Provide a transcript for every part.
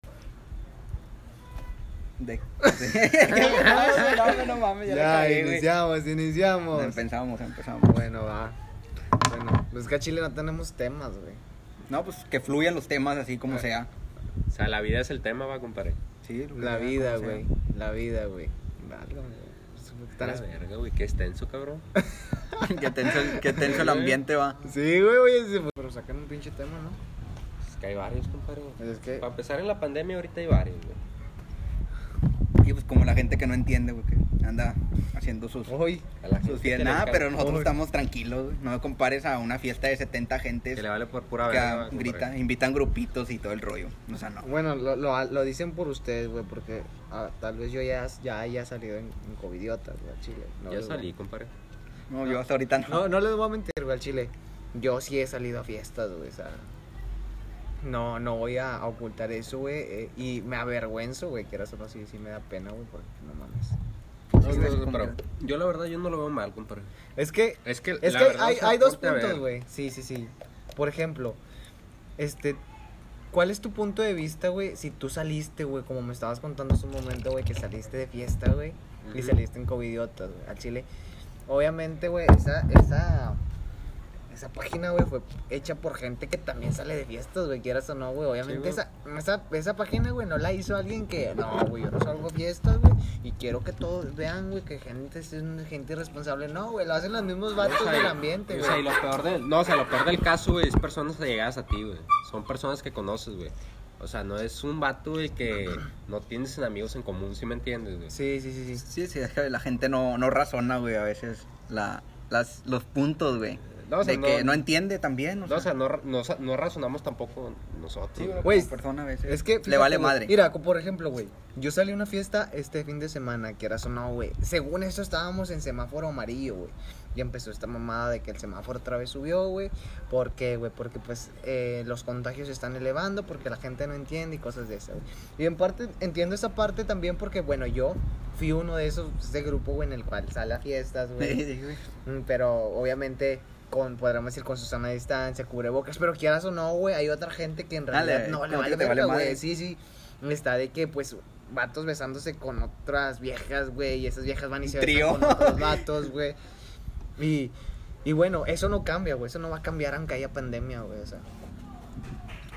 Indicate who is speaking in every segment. Speaker 1: De... no, no, no, no mames, ya, la
Speaker 2: Ya,
Speaker 1: cagué, güey.
Speaker 2: iniciamos, iniciamos.
Speaker 1: Empezamos, empezamos.
Speaker 2: Bueno, va. Bueno, pues que a Chile no tenemos temas, güey.
Speaker 1: No, pues que fluyan los temas así como
Speaker 2: Ah.
Speaker 1: sea.
Speaker 3: O sea, la vida es el tema, va, compadre.
Speaker 1: Sí, lo que
Speaker 2: La
Speaker 1: sea,
Speaker 2: vida,
Speaker 1: como sea.
Speaker 2: güey. La vida, güey. Válgame, güey. Eso fue que
Speaker 3: Está
Speaker 2: tan
Speaker 3: la
Speaker 2: es-
Speaker 3: verga, güey, qué extenso, cabrón.
Speaker 1: que tenso, el- que tenso el ambiente va.
Speaker 2: Sí, güey, oye. sí, pues, Pero sacan un pinche tema, ¿no?
Speaker 3: Es que hay varios, compadre.
Speaker 2: Es que.
Speaker 3: Para empezar en la pandemia, ahorita hay varios, güey.
Speaker 1: Y pues como la gente que no entiende, güey, que anda haciendo sus,
Speaker 2: Hoy.
Speaker 3: A la
Speaker 1: sus
Speaker 3: gente que
Speaker 1: fiestas.
Speaker 3: le
Speaker 1: Nada,
Speaker 3: encanta-
Speaker 1: pero nosotros
Speaker 2: Uy.
Speaker 1: estamos tranquilos. güey. No me compares a una fiesta de 70 gentes
Speaker 3: Que le
Speaker 1: que,
Speaker 3: vale por pura verga. va, compadre.
Speaker 1: grita, invitan grupitos y todo el rollo. O sea, no.
Speaker 2: Bueno, lo, lo, lo dicen por ustedes, güey, porque ah, tal vez yo ya, ya haya salido en, en covidiotas, güey, al Chile. No
Speaker 3: Yo
Speaker 2: les voy a-
Speaker 3: salí, compadre.
Speaker 1: No, yo hasta ahorita no.
Speaker 2: No, no les voy a mentir, güey, al Chile. Yo sí he salido a fiestas, güey, o sea. No, no voy a ocultar eso, güey. eh, y me avergüenzo, güey, que era solo así, sí me da pena, güey, porque no mames.
Speaker 3: No,
Speaker 1: Sí, sí,
Speaker 3: no, no,
Speaker 1: como
Speaker 3: pero yo la verdad yo no lo veo mal, compadre.
Speaker 2: Es que
Speaker 3: Es que,
Speaker 2: Es
Speaker 3: la
Speaker 2: que
Speaker 3: verdad,
Speaker 2: hay,
Speaker 3: o sea,
Speaker 2: hay dos
Speaker 3: ponte a ver.
Speaker 2: puntos, güey. Sí, sí, sí. Por ejemplo, este, ¿cuál es tu punto de vista, güey? Si tú saliste, güey, como me estabas contando hace un momento, güey, que saliste de fiesta, güey, y
Speaker 3: Ujú.
Speaker 2: saliste en covidiotas, güey, al Chile. Obviamente, güey, esa, esa, esa página, güey, fue hecha por gente que también sale de fiestas, güey, quieras o no, güey. Obviamente,
Speaker 3: Sí, güey.
Speaker 2: esa, esa, esa página, güey, no la hizo alguien que, no, güey, yo no salgo a fiestas, güey, y quiero que todos vean, güey, que gente es una gente irresponsable. No, güey, lo hacen los mismos vatos
Speaker 3: O sea,
Speaker 2: del
Speaker 3: y-
Speaker 2: Pues ambiente,
Speaker 1: Pues
Speaker 3: O sea, y
Speaker 2: güey.
Speaker 3: lo peor del, no, o sea, lo peor del caso, güey, es personas allegadas a ti, güey. Son personas que conoces, güey. O sea, no es un vato, güey, que no tienes amigos en común, si me entiendes, güey.
Speaker 2: Sí, sí, sí, sí.
Speaker 1: Sí, sí, es que la gente no, no razona, güey, a veces la, las, los puntos, güey.
Speaker 3: No, o sea,
Speaker 1: de que
Speaker 3: no-
Speaker 1: no entiende también, o
Speaker 3: No,
Speaker 1: sea,
Speaker 3: o sea, no, ra- no, sa- no razonamos tampoco nosotros.
Speaker 1: sí,
Speaker 3: güey.
Speaker 1: uno
Speaker 2: Güey,
Speaker 1: como persona a veces
Speaker 2: Es que
Speaker 1: le
Speaker 2: fíjate,
Speaker 1: vale
Speaker 2: güey,
Speaker 1: madre.
Speaker 2: Mira, co- por ejemplo, güey, yo salí a una fiesta este fin de semana, que era no, güey. Según esto estábamos en semáforo amarillo, güey. Y empezó esta mamada de que el semáforo otra vez subió, güey. ¿Por qué, güey? Porque pues eh, los contagios se están elevando, porque la gente no entiende y cosas de esas, güey. Y en parte entiendo esa parte también porque, bueno, yo fui uno de esos, de grupo, güey, en el cual sale a fiestas, güey.
Speaker 1: Sí, güey.
Speaker 2: Mm, Pero obviamente con, podríamos decir con su sana distancia, cubrebocas, pero quieras o no, güey, hay otra gente que en
Speaker 1: Ah, le-
Speaker 2: realidad no le
Speaker 1: como
Speaker 2: vale,
Speaker 1: que te
Speaker 2: verga,
Speaker 1: vale madre.
Speaker 2: güey. Sí, sí. Está de que pues vatos besándose con otras viejas, güey, y esas viejas van y
Speaker 1: Un
Speaker 2: se
Speaker 1: trío.
Speaker 2: besan con otros vatos, güey. Y, y bueno, eso no cambia, güey, eso no va a cambiar aunque haya pandemia, güey, o sea.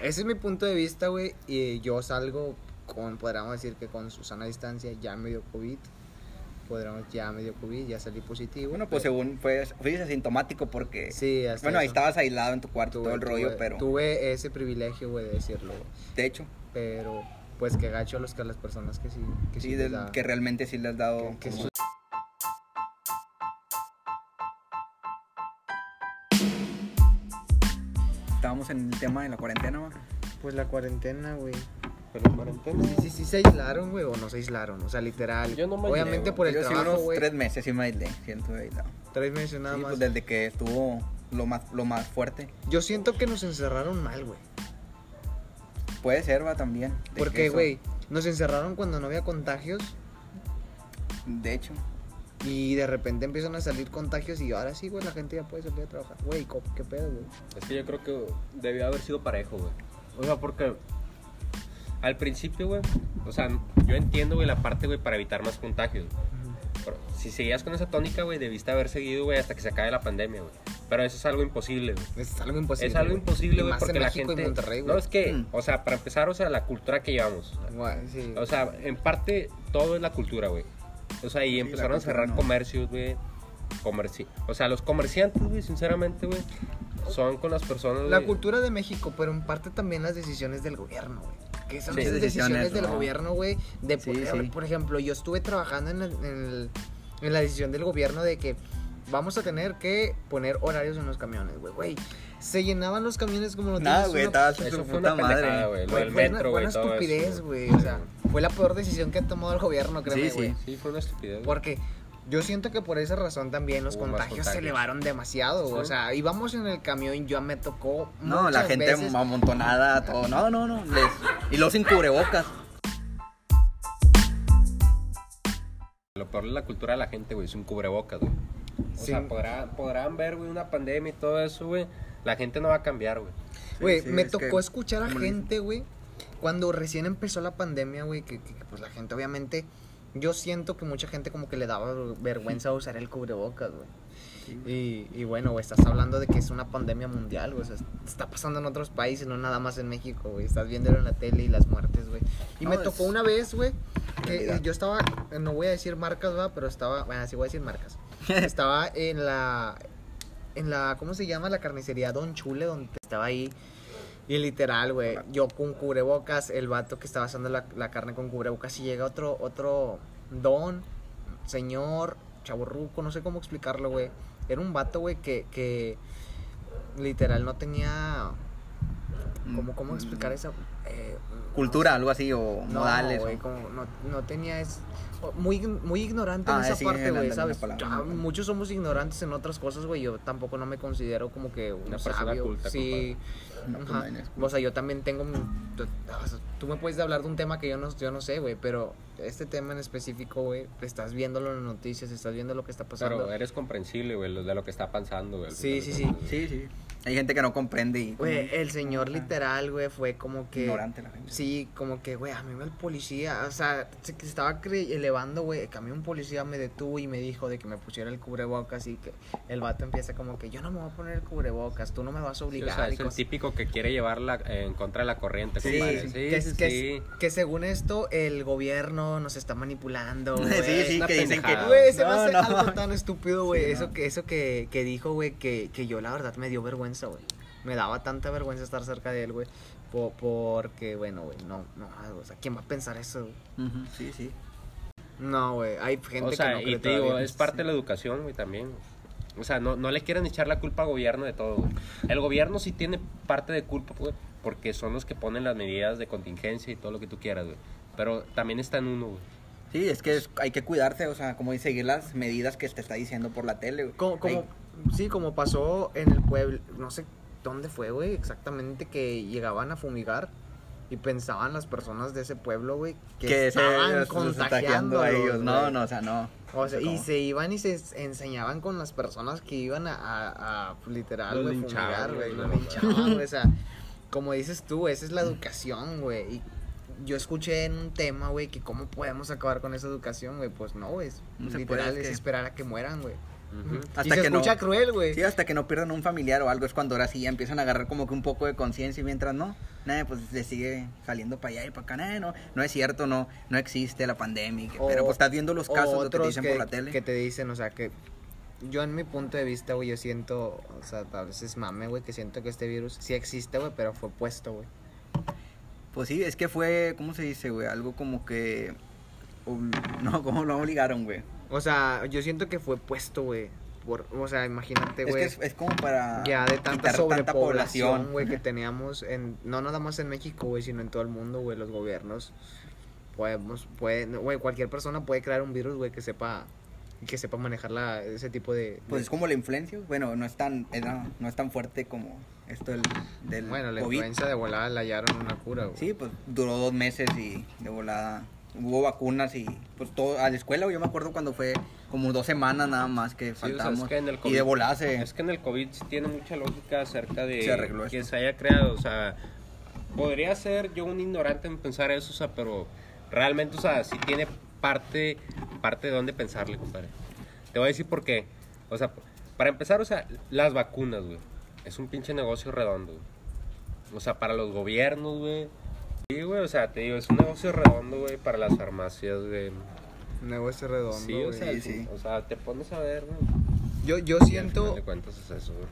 Speaker 2: Ese es mi punto de vista, güey, y yo salgo con, podríamos decir que con su sana distancia ya me dio COVID. Podríamos, ya me dio COVID, ya salí positivo.
Speaker 1: Bueno, pues
Speaker 2: pero-
Speaker 1: según fue, fuiste asintomático porque...
Speaker 2: Sí, hasta
Speaker 1: bueno, ahí
Speaker 2: eso. eh,
Speaker 1: estabas aislado en tu cuarto,
Speaker 2: Tuve-
Speaker 1: todo el rollo,
Speaker 2: tuve-
Speaker 1: pero...
Speaker 2: Tuve ese privilegio, güey, de decirlo, güey.
Speaker 1: De hecho,
Speaker 2: Pero, pues, que gacho a, los, que a las personas que sí... Que sí,
Speaker 1: sí,
Speaker 2: les
Speaker 1: del-
Speaker 2: da-
Speaker 1: que realmente sí le has dado...
Speaker 2: que- que
Speaker 1: como-
Speaker 2: su-
Speaker 1: Estábamos en el tema de la cuarentena, ¿va?
Speaker 2: Pues la cuarentena, güey.
Speaker 3: Pero cuarentena.
Speaker 2: Sí, sí, sí se aislaron, güey, o no se aislaron. O sea, literal.
Speaker 3: Yo no me
Speaker 2: Obviamente
Speaker 3: aislé, güey.
Speaker 2: por el
Speaker 1: Yo sí
Speaker 2: trabajo,
Speaker 1: unos
Speaker 2: güey.
Speaker 1: tres
Speaker 2: Tres...
Speaker 1: meses sí me aislé, siento aislado.
Speaker 2: meses nada
Speaker 1: sí,
Speaker 2: más.
Speaker 1: pues desde que estuvo lo más, lo más fuerte.
Speaker 2: Yo siento que nos encerraron mal, güey.
Speaker 1: Puede ser, va, también. de que
Speaker 2: Porque,
Speaker 1: eso-
Speaker 2: güey, nos encerraron cuando no había contagios.
Speaker 1: De hecho,
Speaker 2: Y de repente empiezan a salir contagios y ahora sí, güey, la gente ya puede salir a trabajar. Güey, co- ¿qué pedo, güey?
Speaker 3: Es que yo creo que debió haber sido parejo, güey. O sea, porque al principio, güey, o sea, yo entiendo, güey, la parte, güey, para evitar más contagios. Pero si seguías con esa tónica, güey, debiste haber seguido, güey, hasta que se acabe la pandemia, güey. Pero eso es algo imposible, güey.
Speaker 2: Es algo imposible.
Speaker 3: es algo
Speaker 2: güey. Y
Speaker 3: imposible, Pues güey,
Speaker 2: más en
Speaker 3: porque la
Speaker 2: México y
Speaker 3: gente...
Speaker 2: Monterrey, güey.
Speaker 3: no, es que,
Speaker 1: Mm.
Speaker 3: o sea, para empezar, o sea, la cultura que llevamos.
Speaker 2: Guay, sí.
Speaker 3: O sea, en parte todo es la cultura, güey. O sea, y
Speaker 1: Sí,
Speaker 3: empezaron
Speaker 1: la
Speaker 3: a cerrar
Speaker 1: cultura, ¿no?
Speaker 3: comercios, güey. Comerci o sea, los comerciantes, güey, sinceramente, güey, son con las personas,
Speaker 2: La
Speaker 3: güey.
Speaker 2: cultura de México, pero en parte también las decisiones del gobierno, güey. Que son
Speaker 3: Sí,
Speaker 2: esas decisiones,
Speaker 1: decisiones,
Speaker 2: del
Speaker 1: ¿no?
Speaker 2: gobierno, güey. De
Speaker 1: Sí,
Speaker 2: poder-
Speaker 1: sí.
Speaker 2: Por ejemplo, yo estuve trabajando en, el- en el- en la decisión del gobierno de que vamos a tener que poner horarios en los camiones, güey. Güey, se llenaban los camiones como no
Speaker 1: nada,
Speaker 2: tienes
Speaker 1: güey,
Speaker 2: una-
Speaker 1: estabas en
Speaker 3: Eso
Speaker 1: su
Speaker 3: fue
Speaker 1: puta
Speaker 3: una pendejada,
Speaker 1: madre.
Speaker 3: güey. Lo
Speaker 2: Güey,
Speaker 3: del
Speaker 2: fue una,
Speaker 3: metro,
Speaker 2: fue
Speaker 3: güey.
Speaker 2: una
Speaker 3: todo eso,
Speaker 2: estupidez, güey. O sea, fue la peor decisión que ha tomado el gobierno, créeme,
Speaker 1: Sí, sí.
Speaker 2: güey.
Speaker 3: Sí, fue una estupidez. güey.
Speaker 2: Porque yo siento que por esa razón también los
Speaker 3: Hubo más
Speaker 2: contagios, se
Speaker 3: contagios.
Speaker 2: elevaron demasiado. güey. O
Speaker 3: Sí.
Speaker 2: sea, íbamos en el camión, yo me tocó.
Speaker 1: No, la
Speaker 2: muchas
Speaker 1: gente
Speaker 2: veces.
Speaker 1: amontonada, todo. No, no, no. les- Y los sin cubrebocas.
Speaker 3: Lo peor es la cultura de la gente, güey. Es un cubrebocas, güey. O
Speaker 2: Sí.
Speaker 3: sea, podrá- podrán ver, güey, una pandemia y todo eso, güey. La gente no va a cambiar, güey.
Speaker 2: Güey,
Speaker 1: Sí, sí,
Speaker 2: me
Speaker 1: es que-
Speaker 2: tocó escuchar a
Speaker 1: como le dicen.
Speaker 2: gente, güey, cuando recién empezó la pandemia, güey, que, que- que, pues la gente obviamente, yo siento que mucha gente como que le daba vergüenza usar el cubrebocas, güey. Y, y bueno, güey, estás hablando de que es una pandemia mundial, güey. o sea, está pasando en otros países, no nada más en México, güey. Estás viéndolo en la tele y las muertes, güey. Y
Speaker 1: No,
Speaker 2: me
Speaker 1: es-
Speaker 2: tocó una vez, güey, que
Speaker 1: Realidad.
Speaker 2: Eh, yo estaba, eh, no voy a decir marcas, va, pero estaba, bueno, sí voy a decir marcas. Estaba en la, en la, ¿cómo se llama? La carnicería Don Chule, donde estaba ahí. Y literal, güey, yo con cubrebocas, el vato que estaba haciendo la, la carne con cubrebocas, y llega otro, otro don, señor, chaburruco, no sé cómo explicarlo, güey. Era un vato, güey, que, que literal no tenía, ¿cómo,
Speaker 1: Mm,
Speaker 2: cómo explicar esa? eh,
Speaker 1: Cultura, algo así, o
Speaker 2: no,
Speaker 1: modales.
Speaker 2: güey,
Speaker 1: o-
Speaker 2: como no, no tenía es muy, muy ignorante en
Speaker 1: Ah,
Speaker 2: esa
Speaker 1: sí,
Speaker 2: parte,
Speaker 1: la-
Speaker 2: güey,
Speaker 1: la-
Speaker 2: ¿sabes?
Speaker 1: la palabra,
Speaker 2: Ya,
Speaker 1: la palabra.
Speaker 2: muchos somos ignorantes en otras cosas, güey. Yo tampoco no me considero como que un
Speaker 3: Una persona
Speaker 2: sabio.
Speaker 3: culta,
Speaker 2: sí.
Speaker 1: No, pues,
Speaker 2: ajá.
Speaker 1: no eres
Speaker 2: O sea, yo también tengo mi- tú, o sea, tú me puedes hablar de un tema que yo no yo no sé, güey, pero este tema en específico, güey, estás viéndolo en las noticias, estás viendo lo que está pasando.
Speaker 3: Pero eres comprensible, güey, lo- de lo que está pensando, güey. al
Speaker 2: Pues Sí,
Speaker 3: final
Speaker 2: sí,
Speaker 3: de
Speaker 2: sí.
Speaker 3: cuentas.
Speaker 1: Sí, sí. Hay gente que no comprende y.
Speaker 2: Güey, el señor
Speaker 1: Ajá.
Speaker 2: literal, güey, fue como que...
Speaker 1: Ignorante la gente.
Speaker 2: Sí, como que, güey, a mí me el policía, o sea, se que estaba cre- elevando, güey, que a mí un policía me detuvo y me dijo de que me pusiera el cubrebocas y que el vato empieza como que yo no me voy a poner el cubrebocas, tú no me vas a
Speaker 3: Sí,
Speaker 2: obligar.
Speaker 3: o sea,
Speaker 2: y
Speaker 3: es el
Speaker 2: cosas-
Speaker 3: típico que quiere llevarla eh, en contra de la corriente,
Speaker 1: Sí,
Speaker 3: compadre.
Speaker 1: sí,
Speaker 3: Sí,
Speaker 2: que,
Speaker 3: sí,
Speaker 2: que-
Speaker 3: sí.
Speaker 2: que según esto, el gobierno nos está manipulando.
Speaker 1: Sí,
Speaker 2: güey.
Speaker 1: sí,
Speaker 3: una
Speaker 1: que dicen que.
Speaker 3: pendejada.
Speaker 2: Güey, se me
Speaker 1: No,
Speaker 2: hace
Speaker 1: no.
Speaker 2: algo tan estúpido, güey.
Speaker 1: Sí,
Speaker 2: eso
Speaker 1: no.
Speaker 2: que, eso que, que dijo, güey, que, que yo la verdad me dio vergüenza, güey. Me daba tanta vergüenza estar cerca de él, güey. po- porque, bueno, güey, no, no, o sea, ¿quién va a pensar eso? güey?
Speaker 1: Ujú, Sí, sí.
Speaker 2: No, güey, hay gente
Speaker 3: O sea,
Speaker 2: que no cree
Speaker 3: y te digo,
Speaker 2: todavía.
Speaker 3: es parte de la educación, güey, también. O sea, no, no le quieren echar la culpa al gobierno de todo, güey. El gobierno sí tiene parte de culpa, güey, porque son los que ponen las medidas de contingencia y todo lo que tú quieras, güey. Pero también está en uno, güey.
Speaker 1: Sí, es que es- hay que cuidarse, o sea, como dice, seguir las medidas que te está diciendo por la tele, güey.
Speaker 2: Como, como-
Speaker 1: Hay-
Speaker 2: sí, como pasó en el pueblo, no sé dónde fue, güey, exactamente que llegaban a fumigar y pensaban las personas de ese pueblo, güey, que,
Speaker 1: que se
Speaker 2: estaban
Speaker 1: los- los está guiando
Speaker 2: contagiando
Speaker 1: a ellos. No,
Speaker 2: güey.
Speaker 1: no, o sea, no.
Speaker 2: O sea, y
Speaker 1: ¿cómo?
Speaker 2: se iban y se ens- enseñaban con las personas que iban a, a, a, literal,
Speaker 3: Los
Speaker 2: güey,
Speaker 3: linchaban,
Speaker 2: fumigar,
Speaker 3: güey,
Speaker 2: güey.
Speaker 3: la
Speaker 2: los
Speaker 3: verdad.
Speaker 2: linchaban, güey, O sea, como dices tú, esa es la educación, güey. Y yo escuché en un tema, güey, que cómo podemos acabar con esa educación, güey. Pues no, güey. es
Speaker 1: No se
Speaker 2: literal,
Speaker 1: puede, es
Speaker 2: es
Speaker 1: que-
Speaker 2: esperar a que mueran, güey.
Speaker 3: Ujú.
Speaker 2: y
Speaker 1: Hasta
Speaker 2: se
Speaker 1: que no-
Speaker 2: escucha cruel, güey.
Speaker 1: Sí, hasta que no pierdan un familiar o algo es cuando ahora sí ya empiezan a agarrar como que un poco de conciencia y mientras no, nada, pues le sigue saliendo para allá y para acá, nah, no, no es cierto, no, no existe la pandemia, que-
Speaker 2: O-
Speaker 1: pero pues estás viendo los
Speaker 2: o
Speaker 1: casos lo que te
Speaker 2: otros
Speaker 1: dicen por la tele.
Speaker 2: que te dicen, o sea, que yo en mi punto de vista, güey, yo siento, o sea, tal vez es mame, güey, que siento que este virus sí existe, güey, pero fue puesto, güey.
Speaker 1: Pues sí, es que fue, ¿cómo se dice, güey? Algo como que, um, no, como lo obligaron, güey.
Speaker 2: O sea, yo siento que fue puesto, güey. Por, o sea, imagínate,
Speaker 1: Es que
Speaker 2: güey.
Speaker 1: es, es como para
Speaker 2: ya de ah, tanta
Speaker 1: quitar
Speaker 2: sobrepoblación, güey, que teníamos en no nada más en México, güey, sino en todo el mundo, güey, los gobiernos podemos pueden, güey, cualquier persona puede crear un virus, güey, que sepa que sepa manejar la, ese tipo de
Speaker 1: Pues es como la influencia, bueno, no es tan, eh, no, no es tan fuerte como esto del, del
Speaker 2: bueno, la
Speaker 1: COVID.
Speaker 2: influenza de volada la hallaron una cura, güey.
Speaker 1: Sí, pues duró dos meses y de volada hubo vacunas y pues todo a la escuela. Yo me acuerdo cuando fue como dos semanas nada más que
Speaker 3: Sí, o sea,
Speaker 1: faltamos
Speaker 3: es que en el
Speaker 1: y de
Speaker 3: COVID-
Speaker 1: volada se
Speaker 3: Es que en el COVID sí tiene mucha lógica acerca de
Speaker 1: Se arregló
Speaker 3: que
Speaker 1: esto.
Speaker 3: se haya creado. O sea, podría ser yo un ignorante en pensar eso, o sea, pero realmente, o sea, sí tiene parte, parte de dónde pensarle, compadre. Te voy a decir por qué. O sea, para empezar, o sea, las vacunas, güey. Es un pinche negocio redondo. güey. O sea, para los gobiernos, güey. Sí, güey, o sea, te digo, es un negocio redondo, güey, para las farmacias, güey.
Speaker 2: Un negocio redondo,
Speaker 3: Sí, o
Speaker 2: güey.
Speaker 3: sea,
Speaker 1: Sí, sí.
Speaker 3: o sea, te pones a ver, güey.
Speaker 2: yo yo
Speaker 3: Y al final
Speaker 2: siento
Speaker 3: de cuentas es eso, güey.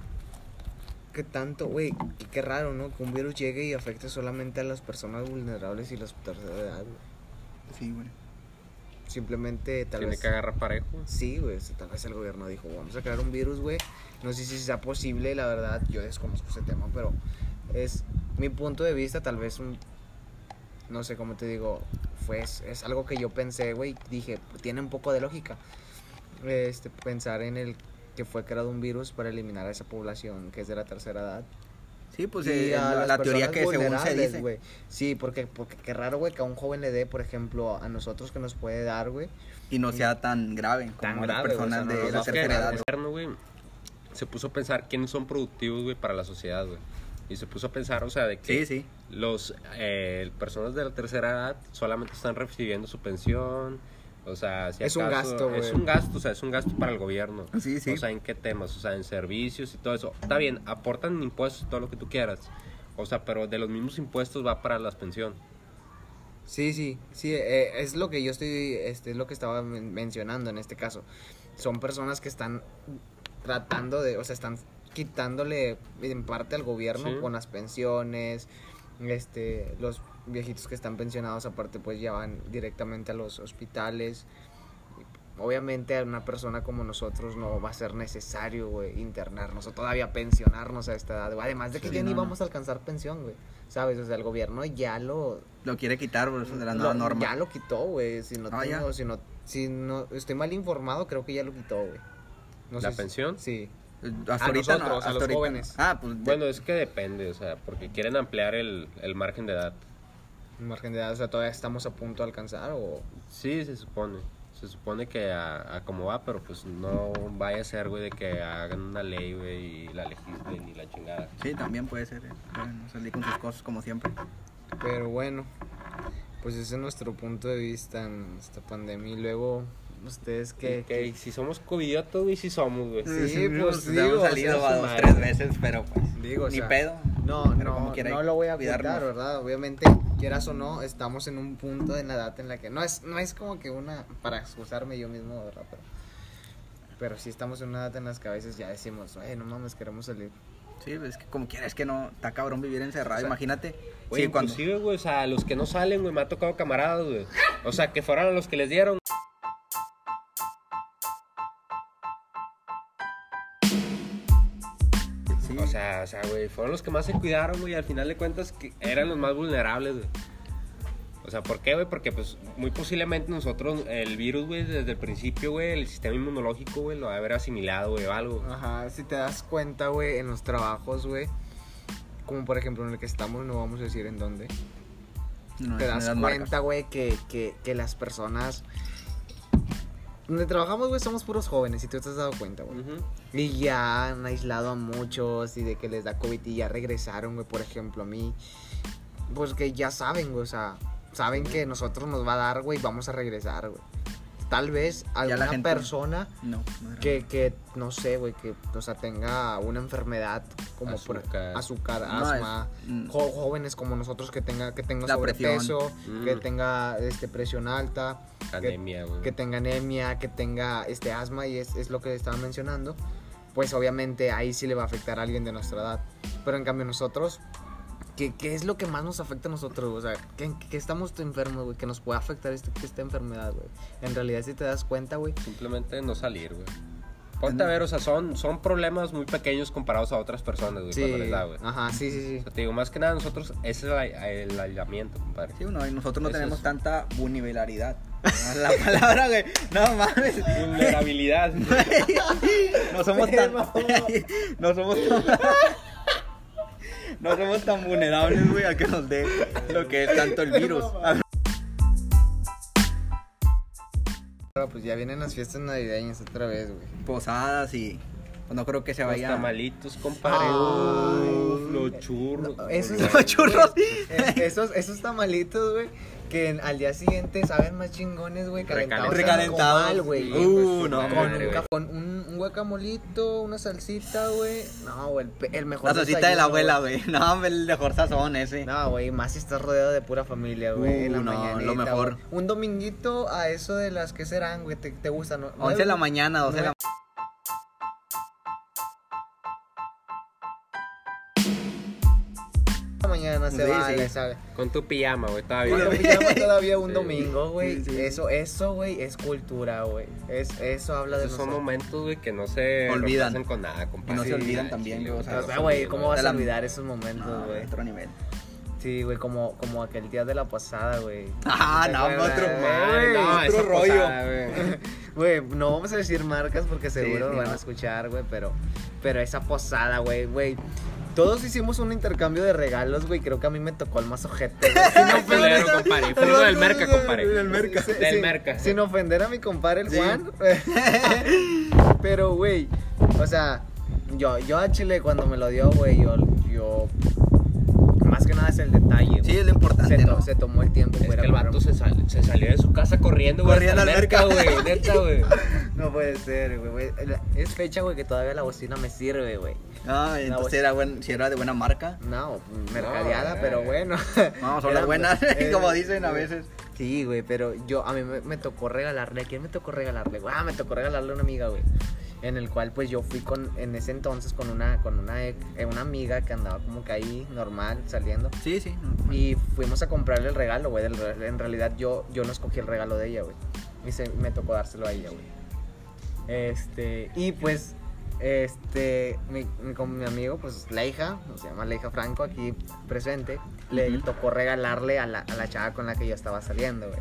Speaker 2: que tanto, güey, que qué raro, ¿no? Que un virus llegue y afecte solamente a las personas vulnerables y las tercera edad, güey.
Speaker 1: Sí, güey.
Speaker 2: Simplemente tal
Speaker 3: Tiene
Speaker 2: vez
Speaker 3: que agarrar parejo.
Speaker 2: Sí, güey, o sea, tal vez el gobierno dijo, vamos a crear un virus, güey. No sé si sea posible, la verdad, yo desconozco ese tema, pero es mi punto de vista, tal vez un, no sé cómo te digo, fue, es, es algo que yo pensé, güey, dije, pues, tiene un poco de lógica. Este, pensar en el que fue creado un virus para eliminar a esa población que es de la tercera edad.
Speaker 1: Sí, pues
Speaker 2: Y
Speaker 1: eh,
Speaker 2: a
Speaker 1: la,
Speaker 2: las
Speaker 1: la teoría que
Speaker 2: personas
Speaker 1: según se
Speaker 2: vulnerables,
Speaker 1: dice.
Speaker 2: güey. Sí, porque, porque qué raro, güey, que a un joven le dé, por ejemplo, a nosotros que nos puede dar, güey.
Speaker 1: Y no sea tan grave como
Speaker 2: Tan
Speaker 1: las
Speaker 2: grave, güey,
Speaker 1: personas
Speaker 2: o sea, no
Speaker 1: de
Speaker 2: nos
Speaker 1: la
Speaker 2: va a
Speaker 3: Es que
Speaker 1: tercera
Speaker 2: afectar,
Speaker 1: edad.
Speaker 3: el gobierno, güey, se puso a pensar quiénes son productivos, güey, para la sociedad, güey. Y se puso a pensar, o sea, de que
Speaker 1: Sí, sí.
Speaker 3: los eh, personas de la tercera edad solamente están recibiendo su pensión. O sea, si
Speaker 2: Es un
Speaker 3: acaso-
Speaker 2: gasto, güey.
Speaker 3: Es un gasto, o sea, es un gasto para el gobierno.
Speaker 1: Sí, sí.
Speaker 3: O sea, ¿en qué temas? O sea, en servicios y todo eso. Está bien, aportan impuestos, todo lo que tú quieras. O sea, pero de los mismos impuestos va para las pensiones.
Speaker 2: Sí, sí, sí, eh, es lo que yo estoy, este, es lo que estaba men- mencionando en este caso. Son personas que están tratando de, o sea, están quitándole en parte al gobierno
Speaker 3: Sí.
Speaker 2: con las pensiones, este, los viejitos que están pensionados aparte pues ya van directamente a los hospitales. Obviamente a una persona como nosotros no va a ser necesario, güey, internarnos o todavía pensionarnos a esta edad. güey. Además de que
Speaker 1: Sí,
Speaker 2: ya ni
Speaker 1: no, no.
Speaker 2: vamos a alcanzar pensión, güey. ¿Sabes? O sea, el gobierno ya lo
Speaker 1: Lo quiere quitar por eso de la
Speaker 2: lo-
Speaker 1: nueva norma.
Speaker 2: Ya lo quitó, güey. Si no
Speaker 1: Ah, ya.
Speaker 2: tengo, si no, si no estoy mal informado, creo que ya lo quitó, güey. No
Speaker 3: ¿La
Speaker 2: si-
Speaker 3: pensión?
Speaker 2: Sí.
Speaker 1: Hasta
Speaker 2: A
Speaker 1: ahorita no,
Speaker 2: nosotros,
Speaker 1: hasta
Speaker 2: a los
Speaker 1: ahorita no.
Speaker 2: jóvenes.
Speaker 1: Ah, pues de-
Speaker 3: Bueno, es que depende, o sea, porque quieren ampliar el, el margen de edad.
Speaker 2: Margen de edad, o sea, todavía estamos a punto de alcanzar o
Speaker 3: Sí, se supone. Se supone que a, a como va, pero pues no vaya a ser, güey, de que hagan una ley, güey, y la legislen y la chingada.
Speaker 1: sí, también puede ser. eh. Bueno, salí con sus cosas como siempre.
Speaker 2: pero bueno. Pues ese es nuestro punto de vista en esta pandemia y luego ustedes
Speaker 3: Que,
Speaker 2: qué
Speaker 3: si somos covidiotos, güey, si somos, güey.
Speaker 2: Sí, pues,
Speaker 1: hemos
Speaker 2: digo, o sea,
Speaker 1: salido
Speaker 2: su
Speaker 1: a dos,
Speaker 2: madre.
Speaker 1: tres veces, pero pues.
Speaker 2: Digo, o
Speaker 1: ni
Speaker 2: sea,
Speaker 1: pedo.
Speaker 2: No,
Speaker 1: Pero
Speaker 2: no,
Speaker 1: como quiera,
Speaker 2: no
Speaker 1: hay
Speaker 2: lo voy a
Speaker 1: que cuidarnos.
Speaker 2: cuidar, ¿verdad? Obviamente, quieras o no, estamos en un punto en la edad en la que no es, no es como que una, para excusarme yo mismo, ¿verdad? Pero, pero sí estamos en una edad en las que a veces ya decimos, "Ay, no mames, queremos salir.
Speaker 1: Sí, pues, es que como quieras, es que no. Está cabrón vivir encerrado,
Speaker 3: O sea,
Speaker 1: imagínate.
Speaker 3: Güey,
Speaker 1: sí, cuando.
Speaker 3: inclusive, güey, o sea, los que no salen, güey, me ha tocado camaradas, güey. O sea, que fueron los que les dieron.
Speaker 1: sí.
Speaker 3: O sea, o sea, güey, fueron los que más se cuidaron, güey, y al final de cuentas que eran los más vulnerables, güey. O sea, ¿por qué, güey? Porque, pues, muy posiblemente nosotros, el virus, güey, desde el principio, güey, el sistema inmunológico, güey, lo va a haber asimilado, güey, o algo. güey.
Speaker 2: Ajá, si te das cuenta, güey, en los trabajos, güey, como por ejemplo en el que estamos, no vamos a decir en dónde,
Speaker 1: no,
Speaker 2: te
Speaker 1: eso me
Speaker 2: das
Speaker 1: dan
Speaker 2: cuenta,
Speaker 1: marcas.
Speaker 2: güey, que, que, que las personas... Donde trabajamos, güey, somos puros jóvenes, y tú te has dado cuenta, güey.
Speaker 3: Ujú.
Speaker 2: Y ya han aislado a muchos y de que les da COVID y ya regresaron, güey, por ejemplo, a mí. Pues que ya saben, güey, o sea, saben que nosotros nos va a dar, güey, y vamos a regresar, güey. Tal vez
Speaker 1: la
Speaker 2: alguna
Speaker 1: gente-
Speaker 2: persona
Speaker 1: No, no era-
Speaker 2: que, que, no sé, güey, que, o sea, tenga una enfermedad como por-
Speaker 3: Azúcar.
Speaker 2: azúcar,
Speaker 1: No, es-
Speaker 2: asma,
Speaker 1: mm.
Speaker 2: jo- jóvenes como nosotros que tenga, que tenga
Speaker 1: La presión.
Speaker 2: sobrepeso, que
Speaker 3: Mm.
Speaker 2: tenga, este, presión alta, que-
Speaker 3: Anemia, güey.
Speaker 2: que tenga anemia, que tenga este asma y es, es lo que estaba mencionando, pues obviamente ahí sí le va a afectar a alguien de nuestra edad. Pero en cambio nosotros, ¿qué, qué es lo que más nos afecta a nosotros? O sea, ¿qué, qué estamos enfermos, güey? Que nos puede afectar este- esta enfermedad, güey. En realidad, si te das cuenta, güey,
Speaker 3: Simplemente no salir, güey. Ponte a ver, o sea, son, son problemas muy pequeños comparados a otras personas, güey,
Speaker 2: sí. Ah.
Speaker 3: cuando les da, güey.
Speaker 2: Ajá, sí, sí,
Speaker 3: O
Speaker 2: sí.
Speaker 3: sea, te digo, más que nada nosotros, ese es el, ai- el aislamiento, compadre.
Speaker 1: Sí, bueno, y nosotros no
Speaker 3: Eso
Speaker 1: tenemos
Speaker 3: es-
Speaker 1: tanta vulnerabilidad. la palabra, güey. No mames.
Speaker 3: Vulnerabilidad.
Speaker 1: No somos tan. no somos tan. No somos tan vulnerables, güey, a que nos dé lo que es tanto el virus.
Speaker 2: Ahora, pues ya vienen las fiestas navideñas otra vez, güey.
Speaker 1: Posadas y. pues, No creo que se
Speaker 3: Los
Speaker 1: vaya.
Speaker 3: tamalitos, compadre.
Speaker 2: Ay.
Speaker 3: Uf, los churros.
Speaker 2: No, esos,
Speaker 1: Los churros.
Speaker 2: Eh, esos, esos tamalitos, güey, que en- al día siguiente saben más chingones, güey, calentados.
Speaker 1: Recalentados.
Speaker 2: Recalentados, güey.
Speaker 1: Uh, no,
Speaker 2: Con,
Speaker 3: Madre,
Speaker 2: un,
Speaker 3: güey.
Speaker 2: ca- con un, un guacamolito, una salsita, güey. No, güey, el, pe- el mejor.
Speaker 1: La salsita de la
Speaker 2: desayuno,
Speaker 1: abuela, güey. No, hombre, el mejor sazón ese.
Speaker 2: No, güey, más si estás rodeado de pura familia, güey.
Speaker 1: Uh,
Speaker 2: en la
Speaker 1: no,
Speaker 2: mañanita,
Speaker 1: lo mejor.
Speaker 2: güey. Un dominguito a eso de las que serán, güey, te, te gustan. ¿no?
Speaker 1: 11 de la mañana, 12 de la
Speaker 2: la mañana se
Speaker 1: Sí,
Speaker 2: vale,
Speaker 1: sí.
Speaker 2: ¿sabes?
Speaker 3: Con tu pijama, güey,
Speaker 2: Con
Speaker 3: todavía.
Speaker 2: la pijama todavía un
Speaker 3: Sí.
Speaker 2: domingo, güey.
Speaker 1: Sí, sí.
Speaker 2: Eso, eso, güey, es cultura, güey. Es, eso habla de
Speaker 3: Esos son
Speaker 2: nosotros.
Speaker 3: momentos, güey, que no se
Speaker 1: Olvidan.
Speaker 3: reemplazan con nada, compadre.
Speaker 1: Y no se
Speaker 3: Sí,
Speaker 1: olvidan
Speaker 3: al
Speaker 1: también,
Speaker 3: chile,
Speaker 1: güey, o sea,
Speaker 2: O
Speaker 3: no
Speaker 2: sea,
Speaker 3: se
Speaker 2: güey,
Speaker 3: olvidan,
Speaker 2: ¿cómo
Speaker 3: güey.
Speaker 2: vas
Speaker 1: de
Speaker 2: a
Speaker 1: la-
Speaker 2: olvidar esos momentos,
Speaker 1: No,
Speaker 2: güey?
Speaker 1: otro nivel.
Speaker 2: Sí, güey, como, como aquel día de la pasada, güey.
Speaker 1: Ah,
Speaker 2: ¿Te
Speaker 1: no,
Speaker 2: acuerdas?
Speaker 1: otro
Speaker 3: Madre, no,
Speaker 1: Otro
Speaker 3: esa
Speaker 1: rollo.
Speaker 3: posada,
Speaker 2: Güey,
Speaker 3: güey.
Speaker 2: no vamos a decir marcas porque seguro
Speaker 1: sí,
Speaker 2: lo van
Speaker 1: no.
Speaker 2: a escuchar, güey, pero, pero esa posada, güey, güey. Todos hicimos un intercambio de regalos, güey. Creo que a mí me tocó el más ojete. güey. Sin
Speaker 3: Fue culero,
Speaker 2: ofender-
Speaker 3: compadre. Fue uno del merca, compadre.
Speaker 2: Del merca.
Speaker 3: Del
Speaker 2: Sin-
Speaker 3: merca.
Speaker 2: Sin ofender a mi compadre, el
Speaker 1: Sí.
Speaker 2: Juan. Pero, güey, o sea, yo, yo a Chile cuando me lo dio, güey, yo, yo nada es el detalle.
Speaker 1: Sí,
Speaker 2: güey.
Speaker 1: es lo importante,
Speaker 2: se, to-
Speaker 1: ¿no?
Speaker 2: se tomó el tiempo,
Speaker 3: Es
Speaker 2: güey,
Speaker 3: que el
Speaker 2: para-
Speaker 3: vato se, sal- se salió de su casa corriendo, güey.
Speaker 1: Corriendo
Speaker 3: hasta
Speaker 1: a la alberca.
Speaker 3: güey. Neta, güey.
Speaker 2: No puede ser, güey, güey. Es fecha, güey, que todavía la bocina me sirve, güey.
Speaker 1: Ah, entonces
Speaker 2: güey.
Speaker 1: era, buen, si era de buena marca.
Speaker 2: No, mercadeada,
Speaker 3: eh.
Speaker 2: pero bueno.
Speaker 1: Vamos a
Speaker 2: Era-
Speaker 1: hablar buenas,
Speaker 2: era-
Speaker 1: como dicen
Speaker 2: eh.
Speaker 1: a veces.
Speaker 2: Sí, güey, pero yo, a mí me, me tocó regalarle, ¿a quién me tocó regalarle? güey? Ah, me tocó regalarle a una amiga, güey. En el cual, pues, yo fui con, en ese entonces, con una, con una, ex- eh, una amiga que andaba como que ahí, normal, saliendo.
Speaker 1: Sí, sí.
Speaker 2: Y fuimos a comprarle el regalo, güey. del re- En realidad, yo, yo no escogí el regalo de ella, güey. Y se, me tocó dárselo a ella, güey. Este, y pues, este, mi, mi- con mi amigo, pues, la hija, se llama la hija Franco, aquí presente, le
Speaker 1: Ujú.
Speaker 2: tocó regalarle a la, a la chava con la que yo estaba saliendo, güey.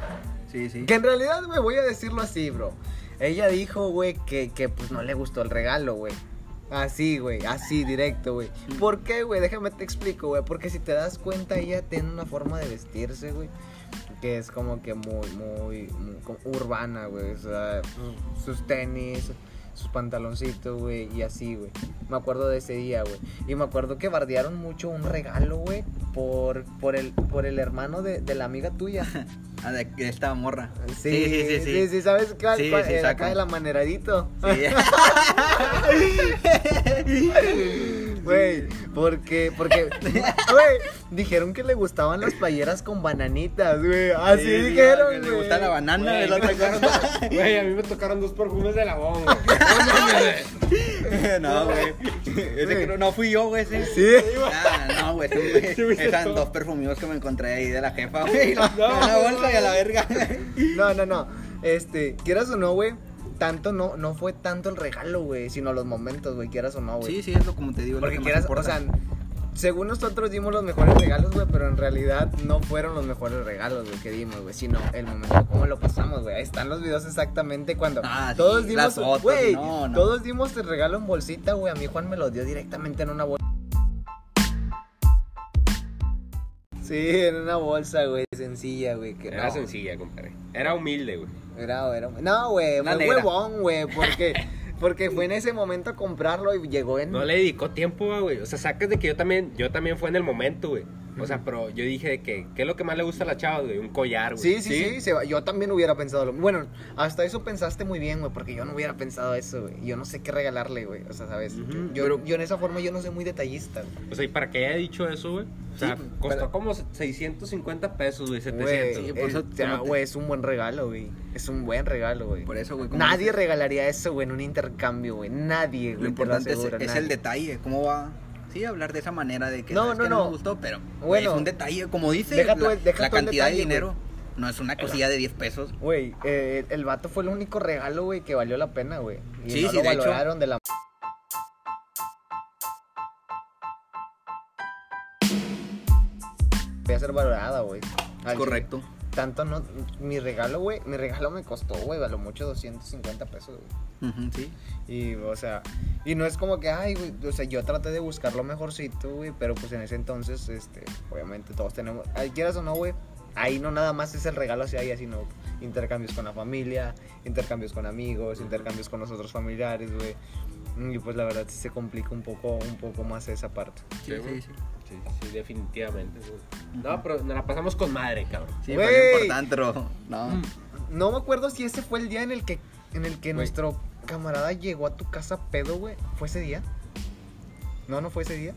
Speaker 1: Sí, sí.
Speaker 2: Que en realidad, güey, voy a decirlo así, bro. Ella dijo, güey, que, que pues no le gustó el regalo, güey. Así, güey, así, directo, güey. ¿Por qué, güey? Déjame te explico, güey. Porque si te das cuenta, ella tiene una forma de vestirse, güey. Que es como que muy, muy, muy como urbana, güey. O sea, sus- sus tenis, sus pantaloncitos, güey. Y así, güey. Me acuerdo de ese día, güey. Y me acuerdo que bardearon mucho un regalo, güey. Por, por, el, por el hermano de- de la amiga tuya.
Speaker 1: Ah, de, de esta morra.
Speaker 2: Sí, sí, sí, sí, ¿sabes cuál?
Speaker 1: Sí,
Speaker 2: cuál?
Speaker 1: sí,
Speaker 2: el
Speaker 1: saco.
Speaker 2: acá el amaneradito. Güey, porque, porque, güey, dijeron que le gustaban las playeras con bananitas, güey,
Speaker 1: Sí,
Speaker 2: así
Speaker 1: sí,
Speaker 2: dijeron,
Speaker 1: que le
Speaker 2: güey.
Speaker 1: gusta la banana,
Speaker 3: Güey,
Speaker 1: es la otra cosa.
Speaker 3: Güey, a mí me tocaron dos perfumes de la bomba.
Speaker 1: No, güey. Ese
Speaker 2: Güey.
Speaker 1: que no- no fui yo, güey. ese.
Speaker 2: Sí.
Speaker 1: Ah, no, güey. ese
Speaker 3: Sí,
Speaker 1: güey.
Speaker 3: fuiste
Speaker 1: Eran
Speaker 3: tú.
Speaker 1: dos perfumidos que me encontré ahí de la jefa, güey. No,
Speaker 3: No,
Speaker 1: una
Speaker 3: no,
Speaker 1: bolsa y a la
Speaker 3: no.
Speaker 1: verga.
Speaker 2: No, no, no, este, quieras o no, güey, tanto no, no fue tanto el regalo, güey, sino los momentos, güey, quieras o no, güey.
Speaker 1: Sí, sí, es lo como te digo. es lo
Speaker 2: Porque
Speaker 1: que más
Speaker 2: quieras, o
Speaker 1: importa.
Speaker 2: sea, según nosotros dimos los mejores regalos, güey, pero en realidad no fueron los mejores regalos, güey, que dimos, güey, sino el momento, cómo lo pasamos, güey. Ahí están los videos exactamente cuando
Speaker 1: Ah, sí,
Speaker 2: todos
Speaker 1: las
Speaker 2: dimos,
Speaker 1: fotos,
Speaker 2: güey,
Speaker 1: no, no.
Speaker 2: todos dimos el regalo en bolsita, güey. A mí Juan me lo dio directamente en una bolsa. Sí, en una bolsa, güey, sencilla, güey, que
Speaker 3: Era
Speaker 2: no.
Speaker 3: sencilla, compadre. Era humilde, güey.
Speaker 2: Era, era- No, güey,
Speaker 1: Una
Speaker 2: fue
Speaker 1: negra.
Speaker 2: huevón, güey, porque porque fue en ese momento a comprarlo y llegó en
Speaker 3: No le dedicó tiempo, güey. O sea, sacas de que yo también, yo también fue en el momento, güey. O sea, pero yo dije de que, ¿qué es lo que más le gusta a la chava, güey? Un collar, güey.
Speaker 2: Sí, sí, sí, se va- yo también hubiera pensado lo Bueno, hasta eso pensaste muy bien, güey, porque yo no hubiera pensado eso, güey. Yo no sé qué regalarle, güey. O sea, ¿sabes?
Speaker 3: Ujú,
Speaker 2: yo,
Speaker 3: pero-
Speaker 2: yo en esa forma yo no soy muy detallista, güey.
Speaker 3: O sea, ¿y para qué haya dicho eso, güey? O sea,
Speaker 1: Sí,
Speaker 3: costó
Speaker 1: pero-
Speaker 3: como 650 pesos, güey,
Speaker 2: Güey,
Speaker 3: 700.
Speaker 1: sí,
Speaker 2: el-
Speaker 1: por eso te-
Speaker 2: ah, güey, es un buen regalo, güey. Es un buen regalo, güey.
Speaker 1: Por eso, güey. como
Speaker 2: Nadie
Speaker 1: dices,
Speaker 2: regalaría eso, güey, en un intercambio, güey. Nadie, güey.
Speaker 1: Lo
Speaker 2: te
Speaker 1: importante es,
Speaker 2: aseguro,
Speaker 1: es
Speaker 2: nadie.
Speaker 1: el detalle, cómo va. Sí, hablar de esa manera de que
Speaker 2: No,
Speaker 1: "Sabes
Speaker 2: no,
Speaker 1: que
Speaker 2: no.
Speaker 1: me gustó, pero
Speaker 2: Bueno.
Speaker 1: es un detalle, como dice
Speaker 2: Deja tú
Speaker 1: la,
Speaker 2: el- deja
Speaker 1: la
Speaker 2: tú el
Speaker 1: cantidad de
Speaker 2: detalle,
Speaker 1: dinero, no es una cosilla de 10 pesos.
Speaker 2: Güey, eh, el vato fue el único regalo, güey, que valió la pena, güey. Y
Speaker 1: Sí,
Speaker 2: no
Speaker 1: sí,
Speaker 2: lo
Speaker 1: de hecho.
Speaker 2: valoraron de la Voy a ser valorada, güey. Al
Speaker 1: Correcto.
Speaker 2: chile. Tanto no. Mi regalo, güey. Mi regalo me costó, güey, a lo mucho 250 pesos, güey.
Speaker 1: Ujú, sí.
Speaker 2: Y, o sea, y no es como que, ay, güey, o sea, yo traté de buscar lo mejorcito, güey, pero pues en ese entonces, este, obviamente todos tenemos, ay, quieras o no, güey, ahí no nada más es el regalo hacia ella, sino intercambios con la familia, intercambios con amigos, intercambios con los otros familiares, güey. Y pues la verdad sí se complica un poco, un poco más esa parte.
Speaker 1: Sí, sí, sí.
Speaker 3: Sí, sí, definitivamente. güey. No, pero nos la pasamos con madre, cabrón.
Speaker 1: Sí, pero
Speaker 2: Güey. Mm.
Speaker 1: lo importante, bro. No.
Speaker 2: No me acuerdo si ese fue el día en el que, en el que
Speaker 3: Güey.
Speaker 2: nuestro camarada llegó a tu casa pedo, güey. ¿Fue ese día? No, no fue ese día.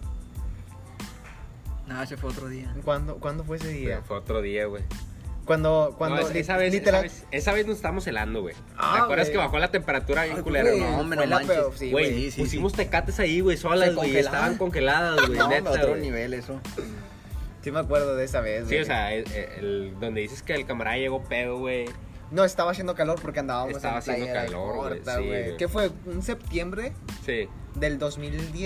Speaker 1: No, ese fue otro día.
Speaker 2: ¿Cuándo, ¿cuándo fue ese día?
Speaker 3: Pero Fue otro día, güey.
Speaker 2: Cuando, cuando,
Speaker 3: No, es-
Speaker 2: li-
Speaker 3: esa, vez, esa,
Speaker 2: literal-
Speaker 3: vez, esa vez nos estábamos helando, güey.
Speaker 2: Ah,
Speaker 3: ¿Te acuerdas
Speaker 2: güey.
Speaker 3: que bajó la temperatura bien
Speaker 1: Ay,
Speaker 3: culera?
Speaker 1: güey,
Speaker 3: No,
Speaker 1: no,
Speaker 3: hombre,
Speaker 1: me lo
Speaker 2: fue la
Speaker 1: manches.
Speaker 2: peor, sí,
Speaker 3: güey,
Speaker 1: sí, sí,
Speaker 3: pusimos tecates ahí, güey, solas,
Speaker 1: Se
Speaker 3: güey.
Speaker 1: congelaban.
Speaker 3: Estaban congeladas, güey,
Speaker 1: No,
Speaker 3: neta,
Speaker 1: otro
Speaker 3: güey.
Speaker 1: nivel eso.
Speaker 2: Sí me acuerdo de esa vez,
Speaker 3: Sí,
Speaker 2: güey.
Speaker 3: o sea, el, el- donde dices que el camarada llegó pedo, güey.
Speaker 2: No, estaba haciendo calor porque andábamos en
Speaker 3: Estaba
Speaker 2: la
Speaker 3: haciendo
Speaker 2: playera de
Speaker 3: calor, güey,
Speaker 2: Corta,
Speaker 3: sí,
Speaker 2: güey.
Speaker 3: güey.
Speaker 2: ¿Qué fue? ¿Un septiembre
Speaker 3: Sí.
Speaker 2: del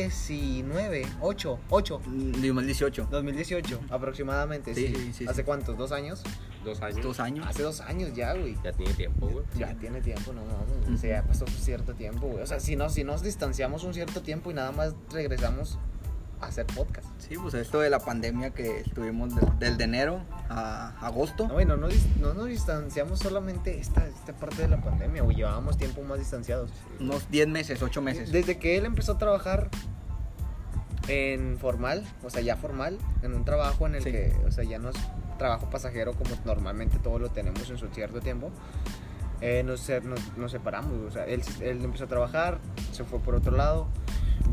Speaker 2: 2019? 8, 8.
Speaker 1: Mm, 2018.
Speaker 2: 2018, aproximadamente,
Speaker 1: Sí,
Speaker 2: sí.
Speaker 1: sí, sí,
Speaker 2: ¿Hace
Speaker 1: sí.
Speaker 2: cuántos? ¿Dos años?
Speaker 3: Dos años.
Speaker 1: Dos años.
Speaker 2: Hace dos años ya, güey.
Speaker 3: Ya tiene tiempo, güey.
Speaker 2: Ya tiene tiempo, no mames. O sea, ya pasó un cierto tiempo, güey. O sea, si, no, si nos distanciamos un cierto tiempo y nada más regresamos a hacer podcast.
Speaker 1: Sí, pues esto de la pandemia que estuvimos del, del de enero a agosto.
Speaker 2: No, güey, no, nos dis- no nos distanciamos solamente esta, esta parte de la pandemia, güey. Llevábamos tiempo más distanciados.
Speaker 1: Unos 10 meses, 8 meses.
Speaker 2: Desde que él empezó a trabajar, en formal, o sea, ya formal, en un trabajo en el
Speaker 1: Sí.
Speaker 2: que, o sea, ya no es trabajo pasajero como normalmente todos lo tenemos en su cierto tiempo, eh, nos, se- nos, nos separamos. O sea, él, él empezó a trabajar, se fue por otro lado.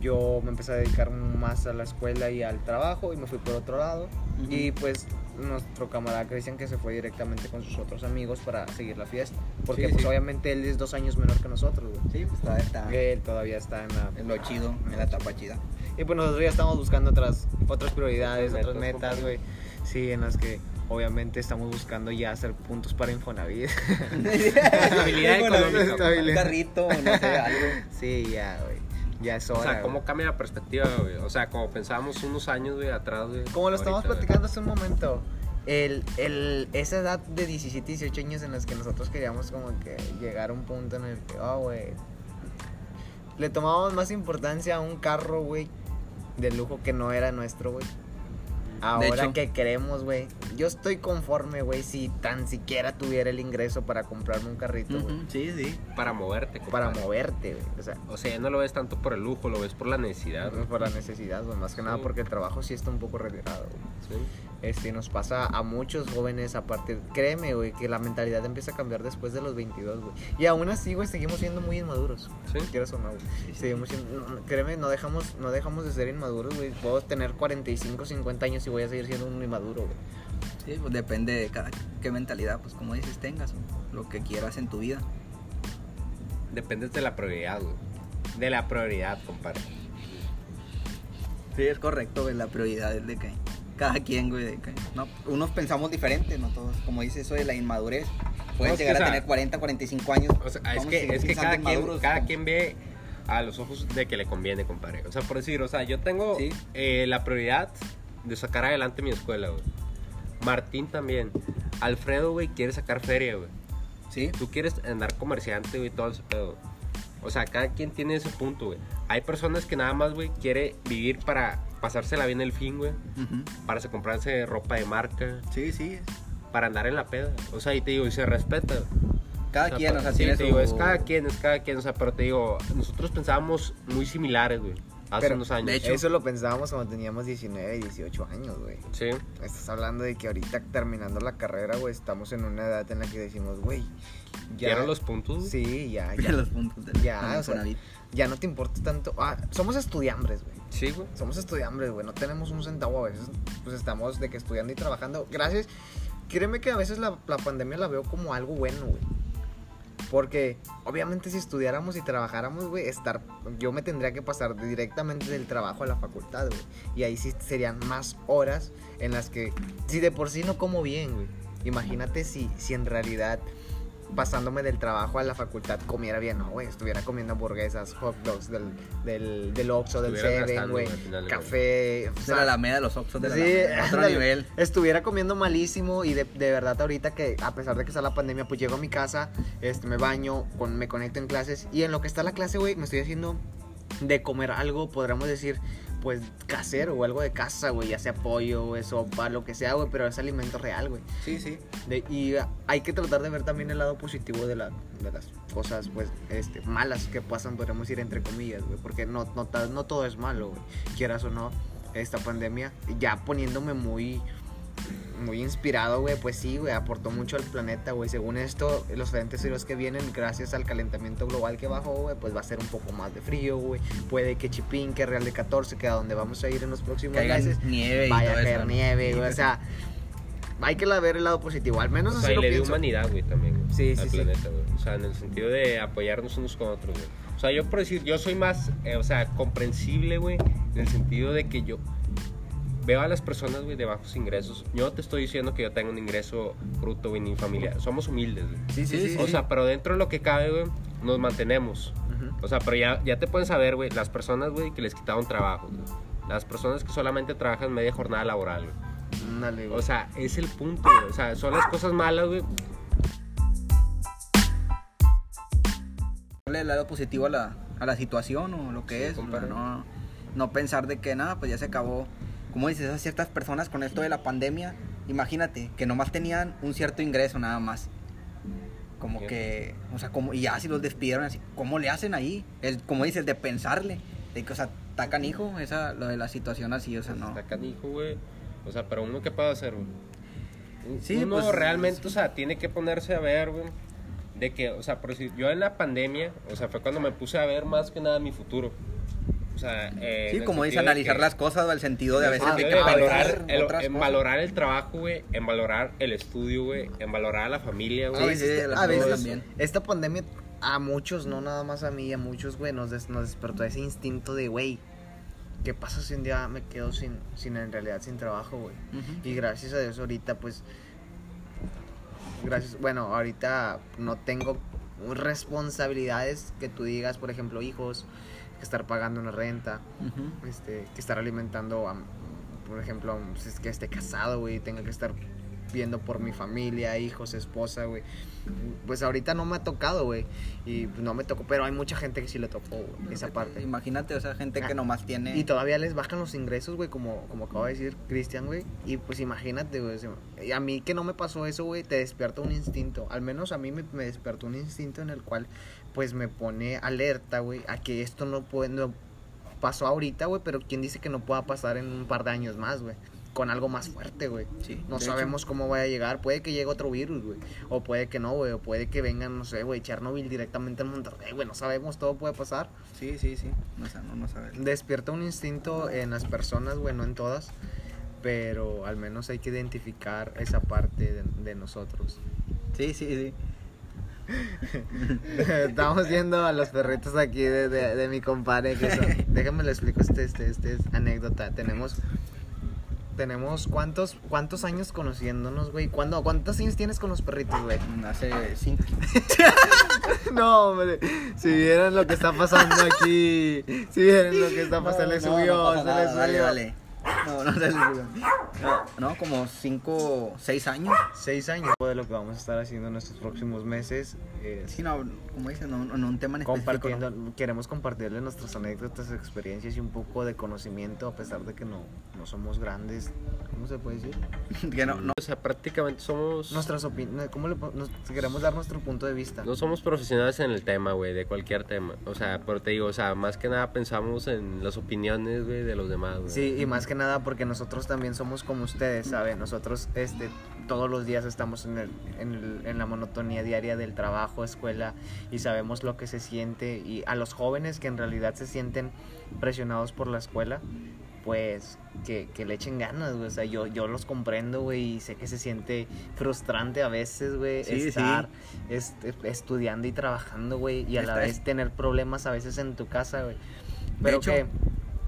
Speaker 2: Yo me empecé a dedicar más a la escuela y al trabajo y me fui por otro lado.
Speaker 1: Ujú.
Speaker 2: Y pues nuestro camarada Cristian que se fue directamente con sus otros amigos para seguir la fiesta. Porque
Speaker 3: Sí,
Speaker 2: pues
Speaker 3: sí.
Speaker 2: obviamente él es dos años menor que nosotros. güey.
Speaker 1: Sí, pues está, está
Speaker 2: Él todavía está en la
Speaker 1: es lo chido, es la etapa chida.
Speaker 2: y pues nosotros ya estamos buscando otras, otras prioridades,
Speaker 3: Metas,
Speaker 2: otras metas, güey. Sí, en las que obviamente estamos buscando ya hacer puntos para Infonavit.
Speaker 1: Estabilidad
Speaker 2: económica.
Speaker 1: Un carrito, no sé, algo.
Speaker 2: sí, ya, güey. Ya es hora.
Speaker 3: O sea,
Speaker 2: güey.
Speaker 3: cómo cambia la perspectiva, güey. O sea, como pensábamos unos años, güey, atrás, güey.
Speaker 2: Como lo estábamos
Speaker 3: ahorita, güey.
Speaker 2: platicando hace un momento, el, el, esa edad de 17, 18 años en las que nosotros queríamos como que llegar a un punto en el que, oh, güey, le tomábamos más importancia a un carro, güey, de lujo que no era nuestro, güey. Ahora
Speaker 1: hecho.
Speaker 2: que queremos, güey, yo estoy conforme, güey, si tan siquiera tuviera el ingreso para comprarme un carrito, güey,
Speaker 1: Ujú, Sí, sí.
Speaker 3: Para moverte,
Speaker 2: para
Speaker 3: compadre.
Speaker 2: moverte, güey, o sea.
Speaker 3: O sea, ya no lo ves tanto por el lujo, lo ves por la necesidad, güey.
Speaker 2: Por la necesidad, güey, más que nada
Speaker 3: Sí.
Speaker 2: porque el trabajo sí está un poco retirado, güey.
Speaker 3: Sí.
Speaker 2: este, nos pasa a muchos jóvenes a partir, créeme, güey, que la mentalidad empieza a cambiar después de los 22, güey. Y aún así, güey, seguimos siendo muy inmaduros.
Speaker 3: Sí.
Speaker 2: Quieras o no, güey. Seguimos siendo, no, no, créeme, no dejamos, no dejamos de ser inmaduros, güey. Puedo tener 45, 50 años y voy a seguir siendo un inmaduro, güey.
Speaker 1: Sí, pues depende de cada qué mentalidad, pues como dices, tengas, o lo que quieras en tu vida.
Speaker 3: Dependes de la prioridad, güey. De la prioridad, compadre.
Speaker 1: Sí, es correcto, güey, la prioridad es de que cada quien, güey, de que, no, unos pensamos diferente, no todos, como dice eso de la inmadurez, puedes
Speaker 3: No, es que,
Speaker 1: llegar
Speaker 3: o
Speaker 1: a
Speaker 3: sea,
Speaker 1: tener 40, 45 años.
Speaker 3: O sea,
Speaker 1: vamos
Speaker 3: es
Speaker 1: a
Speaker 3: que,
Speaker 1: seguir
Speaker 3: es que
Speaker 1: pensando
Speaker 3: cada, quien,
Speaker 1: inmaduros,
Speaker 3: cada
Speaker 1: como-
Speaker 3: quien ve a los ojos de que le conviene, compadre. O sea, por decir, o sea, yo tengo
Speaker 1: Sí.
Speaker 3: eh, la prioridad de sacar adelante mi escuela, güey. Martín también. Alfredo, güey, quiere sacar feria, güey.
Speaker 1: Sí,
Speaker 3: Tú quieres andar comerciante, güey, todo ese pedo. O sea, cada quien tiene ese punto, güey. Hay personas que nada más, güey, quiere vivir para pasársela bien el fin, güey.
Speaker 1: ujú.
Speaker 3: Para se- comprarse ropa de marca,
Speaker 1: sí, sí.
Speaker 3: para andar en la peda. O sea, y te digo, y se respeta.
Speaker 1: Cada
Speaker 3: O sea,
Speaker 1: quien, o
Speaker 3: pero-
Speaker 1: sea,
Speaker 3: sí,
Speaker 1: tiene
Speaker 3: te
Speaker 1: su...
Speaker 3: digo, es cada quien, es cada quien, o sea, pero te digo, nosotros pensábamos muy similares, güey, hace
Speaker 2: Pero,
Speaker 3: unos años.
Speaker 1: de hecho-
Speaker 2: Eso lo pensábamos cuando teníamos 19, 18 años, güey.
Speaker 3: sí,
Speaker 2: Estás hablando de que ahorita terminando la carrera, güey, estamos en una edad en la que decimos, güey, ya.
Speaker 3: ¿vieron los puntos? güey?
Speaker 2: Sí, ya,
Speaker 1: Ya
Speaker 2: ya.
Speaker 1: los puntos del
Speaker 2: Ya,
Speaker 1: del
Speaker 2: o sea,
Speaker 1: Infonavit.
Speaker 2: Ya no te importa tanto. Ah, somos estudiambres, güey.
Speaker 3: Sí, güey.
Speaker 2: Somos estudiantes, güey, no tenemos un centavo a veces, pues estamos de que estudiando y trabajando. Gracias. Créeme que a veces la, la pandemia la veo como algo bueno, güey. Porque obviamente si estudiáramos y trabajáramos, güey, estar yo me tendría que pasar directamente del trabajo a la facultad, güey. Y ahí sí serían más horas en las que si de por sí no como bien, güey. Imagínate si si en realidad pasándome del trabajo a la facultad comiera bien, no, güey, estuviera comiendo hamburguesas, hot dogs del del del Oxxo, del
Speaker 3: Estuvieras
Speaker 2: Seven,
Speaker 3: gastando,
Speaker 2: güey,
Speaker 3: güey, al final, güey.
Speaker 2: café, o
Speaker 1: De
Speaker 2: sea,
Speaker 1: la Alameda, los Oxxos de la
Speaker 2: Sí,
Speaker 1: Alameda, otro
Speaker 2: ándale.
Speaker 1: nivel.
Speaker 2: Estuviera comiendo malísimo y de, de verdad ahorita que a pesar de que está la pandemia, pues llego a mi casa, este, me baño, con, me conecto en clases y en lo que está la clase, güey, me estoy haciendo de comer algo, podríamos decir, pues casero o algo de casa, güey, ya sea pollo, güey, sopa, lo que sea, güey, pero es alimento real, güey.
Speaker 1: Sí, sí.
Speaker 2: De- y ah, hay que tratar de ver también el lado positivo de, la- de las cosas pues este, malas que pasan, podríamos ir entre comillas, güey, porque no, no, ta- no todo es malo, güey. Quieras o no, esta pandemia, ya poniéndome muy, muy inspirado, güey, pues sí, güey, aportó mucho al planeta, güey. Según esto, los frentes fríos que vienen, gracias al calentamiento global que bajó, güey, pues va a ser un poco más de frío, güey. Puede que Chipín, que Real de 14, que a donde vamos a ir en los próximos
Speaker 1: Caigan
Speaker 2: meses,
Speaker 1: nieve y
Speaker 2: vaya a
Speaker 1: todo
Speaker 2: caer
Speaker 1: eso.
Speaker 2: nieve, güey, o sea... Hay que la- ver el lado positivo, al menos
Speaker 3: O
Speaker 2: así
Speaker 3: sea, y
Speaker 2: lo
Speaker 3: le dio
Speaker 2: pienso.
Speaker 3: humanidad, güey, también, güey,
Speaker 2: Sí, sí,
Speaker 3: al
Speaker 2: sí.
Speaker 3: planeta, güey. O sea, en el sentido de apoyarnos unos con otros, güey. O sea, yo por decir, yo soy más, eh, o sea, comprensible, güey, en el sentido de que yo veo a las personas, güey, de bajos ingresos. Yo no te estoy diciendo que yo tengo un ingreso bruto, güey, ni familiar. Somos humildes, güey.
Speaker 2: Sí, sí, sí.
Speaker 3: O sea, pero dentro de lo que cabe, güey, nos mantenemos.
Speaker 2: Ujú.
Speaker 3: O sea, pero ya, ya te pueden saber, güey, las personas, güey, que les quitaron trabajo, güey. Las personas que solamente trabajan media jornada laboral, güey.
Speaker 2: Ándale, güey.
Speaker 3: O sea, es el punto, güey. O sea, son las cosas malas, güey.
Speaker 1: darle el lado positivo a la, a la situación o lo que
Speaker 3: Sí,
Speaker 1: es, o sea,
Speaker 3: compadre.
Speaker 1: no, no pensar de que nada, pues ya se acabó. Como dices, esas ciertas personas con esto de la pandemia, imagínate, que nomás tenían un cierto ingreso nada más. Como
Speaker 3: Sí.
Speaker 1: que, o sea, como, y ya si los despidieron así, ¿cómo le hacen ahí? El, como dices, de pensarle. De que, o sea, está canijo esa, lo de la situación así, o sea, no.
Speaker 3: Está canijo, güey. O sea, pero uno, ¿qué puede hacer, güey? Un-
Speaker 1: Sí,
Speaker 3: uno
Speaker 1: pues,
Speaker 3: realmente,
Speaker 1: sí.
Speaker 3: o sea, tiene que ponerse a ver, güey. De que, o sea, por si yo en la pandemia, o sea, fue cuando me puse a ver más que nada mi futuro. O sea, eh, en
Speaker 1: Sí,
Speaker 3: el
Speaker 1: como dice,
Speaker 3: sentido de
Speaker 1: analizar
Speaker 3: que-
Speaker 1: las cosas, el sentido de a veces
Speaker 3: en
Speaker 1: de
Speaker 3: el
Speaker 1: que
Speaker 3: sentido de
Speaker 1: pensar
Speaker 3: Ah, valorar el-
Speaker 1: otras
Speaker 3: en
Speaker 1: cosas.
Speaker 3: valorar el trabajo, güey, en valorar el estudio, güey, en valorar a la familia,
Speaker 1: Sí,
Speaker 2: a
Speaker 3: güey.
Speaker 2: veces,
Speaker 1: sí,
Speaker 2: te-
Speaker 1: las
Speaker 2: a veces
Speaker 1: cosas también.
Speaker 2: esta pandemia a muchos, no nada más a mí, a muchos, güey, nos, des- nos despertó ese instinto de, güey, ¿qué pasa si un día me quedo sin, sin en realidad, sin trabajo, güey?
Speaker 1: Ujú.
Speaker 2: Y gracias a Dios ahorita, pues, gracias, bueno, ahorita no tengo responsabilidades que tú digas, por ejemplo, hijos, que estar pagando una renta,
Speaker 1: Ujú.
Speaker 2: este, que estar alimentando a, por ejemplo, a un- si es que esté casado, güey, tenga que estar viendo por mi familia, hijos, esposa, güey. Pues ahorita no me ha tocado, güey, y pues, no me tocó, pero hay mucha gente que sí le tocó güey, esa parte.
Speaker 1: Imagínate, o sea, gente
Speaker 3: Ah.
Speaker 1: que nomás tiene.
Speaker 2: Y todavía les bajan los ingresos, güey, como, como acaba de decir Cristian, güey. Y pues imagínate, güey. se- y A mí que no me pasó eso, güey, te despierta un instinto. Al menos a mí me, me despertó un instinto en el cual, pues me pone alerta, güey, a que esto no puede. No, pasó ahorita, güey, pero quién dice que no pueda pasar en un par de años más, güey. Con algo más fuerte, güey.
Speaker 1: Sí, de
Speaker 2: No
Speaker 1: hecho.
Speaker 2: sabemos cómo vaya a llegar. Puede que llegue otro virus, güey. O puede que no, güey. O puede que vengan, no sé, güey, Chernobyl directamente al Monterrey, güey. No sabemos, todo puede pasar
Speaker 1: Sí, sí, sí. O sea, no, no sabes.
Speaker 2: despierta un instinto en las personas, bueno, en todas, pero al menos hay que identificar esa parte de, de nosotros.
Speaker 1: Sí, sí, sí.
Speaker 2: Estamos viendo a los perritos aquí de, de- de mi compadre. Que son- Déjenme le explico este, este, este es anécdota. Tenemos, tenemos cuántos, cuántos años conociéndonos, güey. ¿Cuándo, ¿Cuántos años tienes con los perritos, güey?
Speaker 1: Hace cinco.
Speaker 2: No, hombre, si vieran lo que está pasando aquí, si vieran lo que está pasando, se le
Speaker 1: No, no,
Speaker 2: subió,
Speaker 1: no pasa
Speaker 2: se
Speaker 1: nada,
Speaker 2: le subió.
Speaker 1: Dale, dale. No, no se le subió. No, no, como cinco, seis años.
Speaker 2: seis años de lo que vamos a estar haciendo en nuestros próximos meses. eh,
Speaker 1: Sí, no, como dices, no, no un tema en específico.
Speaker 2: compartiendo, queremos compartirles nuestras anécdotas, experiencias y un poco de conocimiento, a pesar de que no, no somos grandes. ¿Cómo se puede decir?
Speaker 1: ¿no? Que no, no.
Speaker 3: O sea, prácticamente somos
Speaker 2: Nuestras opiniones, ¿cómo le po- nos- queremos dar nuestro punto de vista?
Speaker 3: no somos profesionales en el tema, güey, de cualquier tema. O sea, pero te digo, o sea, más que nada pensamos en las opiniones, güey, de los demás, güey.
Speaker 2: Sí, y más que nada porque nosotros también somos como ustedes, ¿saben? Nosotros este, todos los días estamos en, el, en, el- en la monotonía diaria del trabajo, escuela, y sabemos lo que se siente. Y a los jóvenes que en realidad se sienten presionados por la escuela, pues que, que le echen ganas, güey. O sea, yo, yo los comprendo, güey, y sé que se siente frustrante a veces, güey,
Speaker 1: Sí, sí.
Speaker 2: estar este, estudiando y trabajando, güey, y a la
Speaker 1: Está-
Speaker 2: vez tener problemas a veces en tu casa, güey. Pero
Speaker 1: hecho-
Speaker 2: que,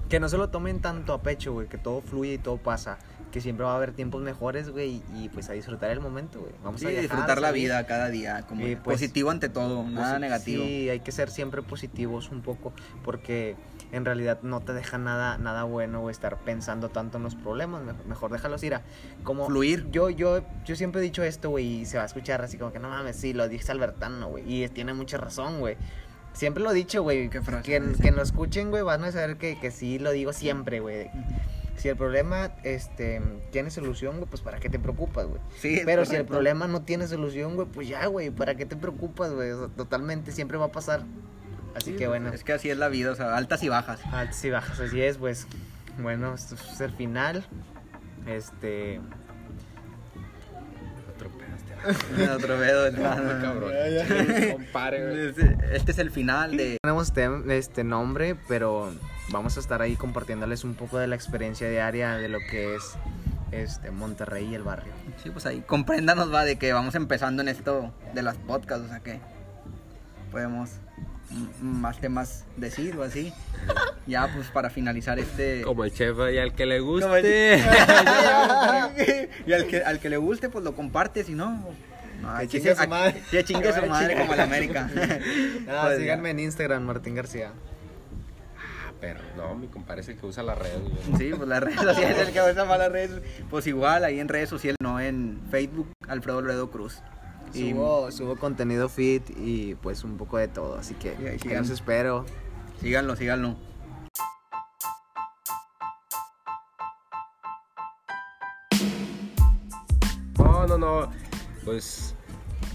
Speaker 2: que no se lo tomen tanto a pecho, güey, que todo fluye y todo pasa. Que siempre va a haber tiempos mejores, güey, y, y, pues a disfrutar el momento, güey. Vamos
Speaker 1: Sí,
Speaker 2: a viajar,
Speaker 1: disfrutar la
Speaker 2: salir.
Speaker 1: vida cada día. Como
Speaker 2: Y, pues,
Speaker 1: positivo ante todo, nada
Speaker 2: Posi-
Speaker 1: negativo.
Speaker 2: Sí, hay que ser siempre positivos un poco, porque en realidad no te deja nada, nada bueno güey, estar pensando tanto en los problemas. Mejor, mejor déjalos ir a como
Speaker 1: Fluir.
Speaker 2: Yo, yo, yo siempre he dicho esto, güey, y se va a escuchar así como que no mames, sí, lo dice Albertano, güey, y tiene mucha razón, güey. Siempre lo he dicho, güey.
Speaker 1: Qué frase,
Speaker 2: Quien,
Speaker 1: sí.
Speaker 2: quien lo escuchen, güey, van a saber que, que sí lo digo siempre, güey. Si el problema este, tiene solución, güey, pues para qué te preocupas, güey.
Speaker 1: Sí, es
Speaker 2: Pero si el
Speaker 1: correcto.
Speaker 2: problema no tiene solución, güey, pues ya, güey, ¿para qué te preocupas, güey? O sea, Totalmente, siempre va a pasar. Así
Speaker 1: Sí,
Speaker 2: que bueno,
Speaker 1: Es que así es la vida, o sea, altas y bajas.
Speaker 2: altas y bajas, así es, pues. Bueno, esto es el final. Este.
Speaker 1: Otro pedo,
Speaker 3: Muy
Speaker 1: hermano.
Speaker 3: cabrón. Compare, güey.
Speaker 1: Este este es el final de.
Speaker 2: Tenemos tem- este nombre, pero vamos a estar ahí compartiéndoles un poco de la experiencia diaria de lo que es este Monterrey y el barrio.
Speaker 1: Sí, pues ahí compréndanos, va, de que vamos empezando en esto de las podcasts, o sea que podemos mm, mm, más temas decir o así. Ya, pues para finalizar este.
Speaker 3: Como el chef y al que le
Speaker 1: Como el-
Speaker 3: guste.
Speaker 1: y al que, al que le guste, pues lo comparte, si no. pues, no, hay
Speaker 2: chingue
Speaker 1: ser-
Speaker 2: su madre.
Speaker 1: Que chingue su madre como el América.
Speaker 2: Ah,
Speaker 1: Pues,
Speaker 2: síganme en Instagram, Martín García.
Speaker 3: Ah, pero no, mi compadre es el que usa la red, güey.
Speaker 1: Sí, pues las redes sociales, el que usa más las redes, pues igual ahí en redes sociales, no en Facebook, Alfredo Loredo Cruz. Y-
Speaker 2: Subo, subo contenido fit y pues un poco de todo, así que
Speaker 1: Y ahí
Speaker 2: ahí
Speaker 1: sigan.
Speaker 2: los espero.
Speaker 1: Síganlo, síganlo.
Speaker 3: No, no, no. Pues.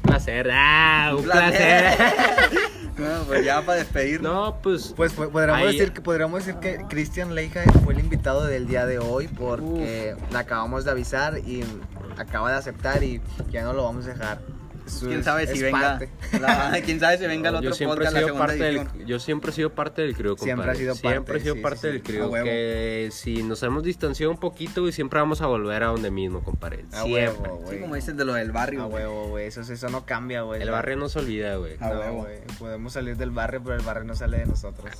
Speaker 3: Placer. Ah, un placer.
Speaker 1: No, pues ya para despedirnos.
Speaker 3: No, pues.
Speaker 2: Pues po- podríamos
Speaker 3: Ahí-
Speaker 2: decir que podríamos decir que Cristian Leija fue el invitado del día de hoy porque le acabamos de avisar y acaba de aceptar y ya no lo vamos a dejar. Su-
Speaker 3: pues,
Speaker 1: quién sabe si
Speaker 2: es
Speaker 1: venga.
Speaker 2: parte.
Speaker 1: la- quién sabe si venga el otro
Speaker 3: yo siempre he
Speaker 1: podcast la
Speaker 3: sido
Speaker 1: segunda
Speaker 3: parte del,
Speaker 1: edición.
Speaker 3: yo siempre he sido parte del crew,
Speaker 2: Siempre
Speaker 3: compadre.
Speaker 2: ha sido
Speaker 3: Siempre
Speaker 2: parte,
Speaker 3: he sido
Speaker 2: sí,
Speaker 3: parte
Speaker 2: sí,
Speaker 3: del
Speaker 2: sí.
Speaker 1: A
Speaker 3: crew.
Speaker 1: huevo.
Speaker 3: Que si nos hemos distanciado un poquito, y siempre vamos a volver a donde mismo, compadre.
Speaker 2: A
Speaker 3: siempre.
Speaker 2: huevo,
Speaker 1: Sí,
Speaker 2: güey.
Speaker 1: como dices de lo del
Speaker 3: Ah,
Speaker 1: barrio.
Speaker 2: A
Speaker 1: güey.
Speaker 2: huevo, güey. Eso, eso no cambia, güey.
Speaker 3: El barrio no se olvida, güey.
Speaker 1: A
Speaker 2: No,
Speaker 1: huevo.
Speaker 2: güey.
Speaker 1: Ah.
Speaker 2: Podemos salir del barrio, pero el barrio no sale de nosotros.